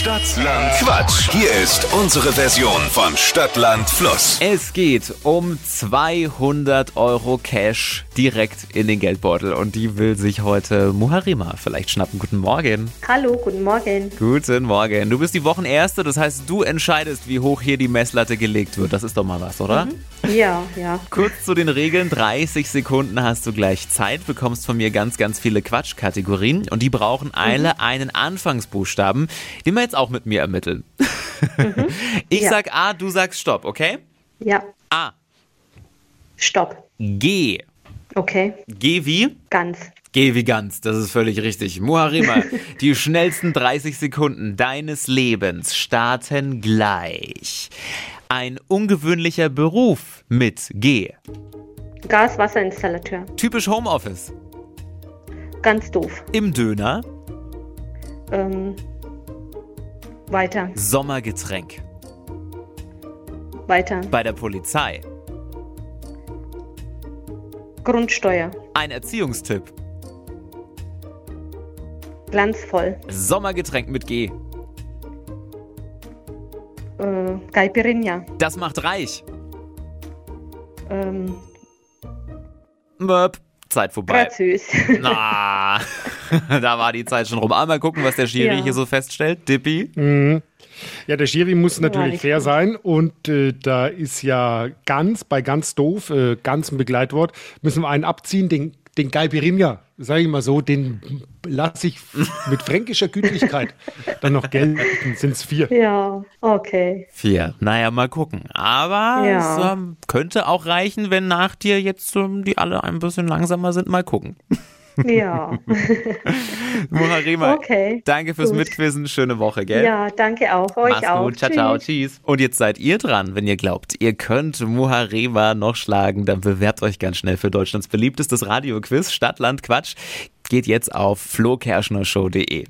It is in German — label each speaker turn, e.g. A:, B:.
A: Stadtland Quatsch. Hier ist unsere Version von Stadtland Fluss.
B: Es geht um 200 Euro Cash direkt in den Geldbeutel und die will sich heute Muharima vielleicht schnappen. Guten Morgen.
C: Hallo, guten Morgen.
B: Guten Morgen. Du bist die Wochenerste, das heißt, du entscheidest, wie hoch hier die Messlatte gelegt wird. Das ist doch mal was, oder?
C: Ja, ja.
B: Kurz zu den Regeln. 30 Sekunden hast du gleich Zeit, bekommst von mir ganz, ganz viele Quatschkategorien und die brauchen alle einen Anfangsbuchstaben, den wir jetzt auch mit mir ermitteln. Mhm. Ich
C: Ja.
B: sag A, du sagst Stopp, okay?
C: Ja,
B: A,
C: stopp.
B: G.
C: Okay,
B: G wie?
C: ganz.
B: Geh wie ganz, das ist völlig richtig. Muharima, die schnellsten 30 Sekunden deines Lebens starten gleich. Ein ungewöhnlicher Beruf mit G.
C: Gaswasserinstallateur.
B: Typisch Homeoffice.
C: Ganz doof.
B: Im Döner.
C: Ähm, weiter,
B: Sommergetränk.
C: weiter.
B: Bei der Polizei.
C: Grundsteuer.
B: Ein Erziehungstipp.
C: Glanzvoll.
B: Sommergetränk mit G.
C: Äh, Gaipirinha.
B: Das macht reich.
C: Ähm,
B: Möp. Zeit vorbei.
C: Graziös.
B: Na, da war die Zeit schon rum. Einmal gucken, was der Schiri
C: Ja.
B: hier so feststellt. Dippi.
D: Ja, der Schiri muss
C: nicht
D: natürlich fair
C: gut.
D: sein und äh, da ist ja ganz bei ganz doof, äh, ganz ein Begleitwort, müssen wir einen abziehen, den, den Galpirinha, sage ich mal so, den lasse ich mit fränkischer Gütlichkeit dann noch gelten, sind es vier.
C: ja, okay.
B: Vier. Naja, mal gucken. Aber
C: Ja.
B: es ähm, könnte auch reichen, wenn nach dir jetzt ähm, die alle ein bisschen langsamer sind. Mal gucken.
C: Ja,
B: Muharima,
C: Okay,
B: danke fürs
C: gut.
B: Mitquizzen. Schöne Woche, gell?
C: ja, danke auch. Euch
B: Mach's
C: auch.
B: gut. Ciao, ciao. Tschüss. Und jetzt seid ihr dran, wenn ihr glaubt, ihr könnt Muharema noch schlagen. Dann bewerbt euch ganz schnell für Deutschlands beliebtestes Radioquiz Stadtland Quatsch. Geht jetzt auf flokerschnershow.de.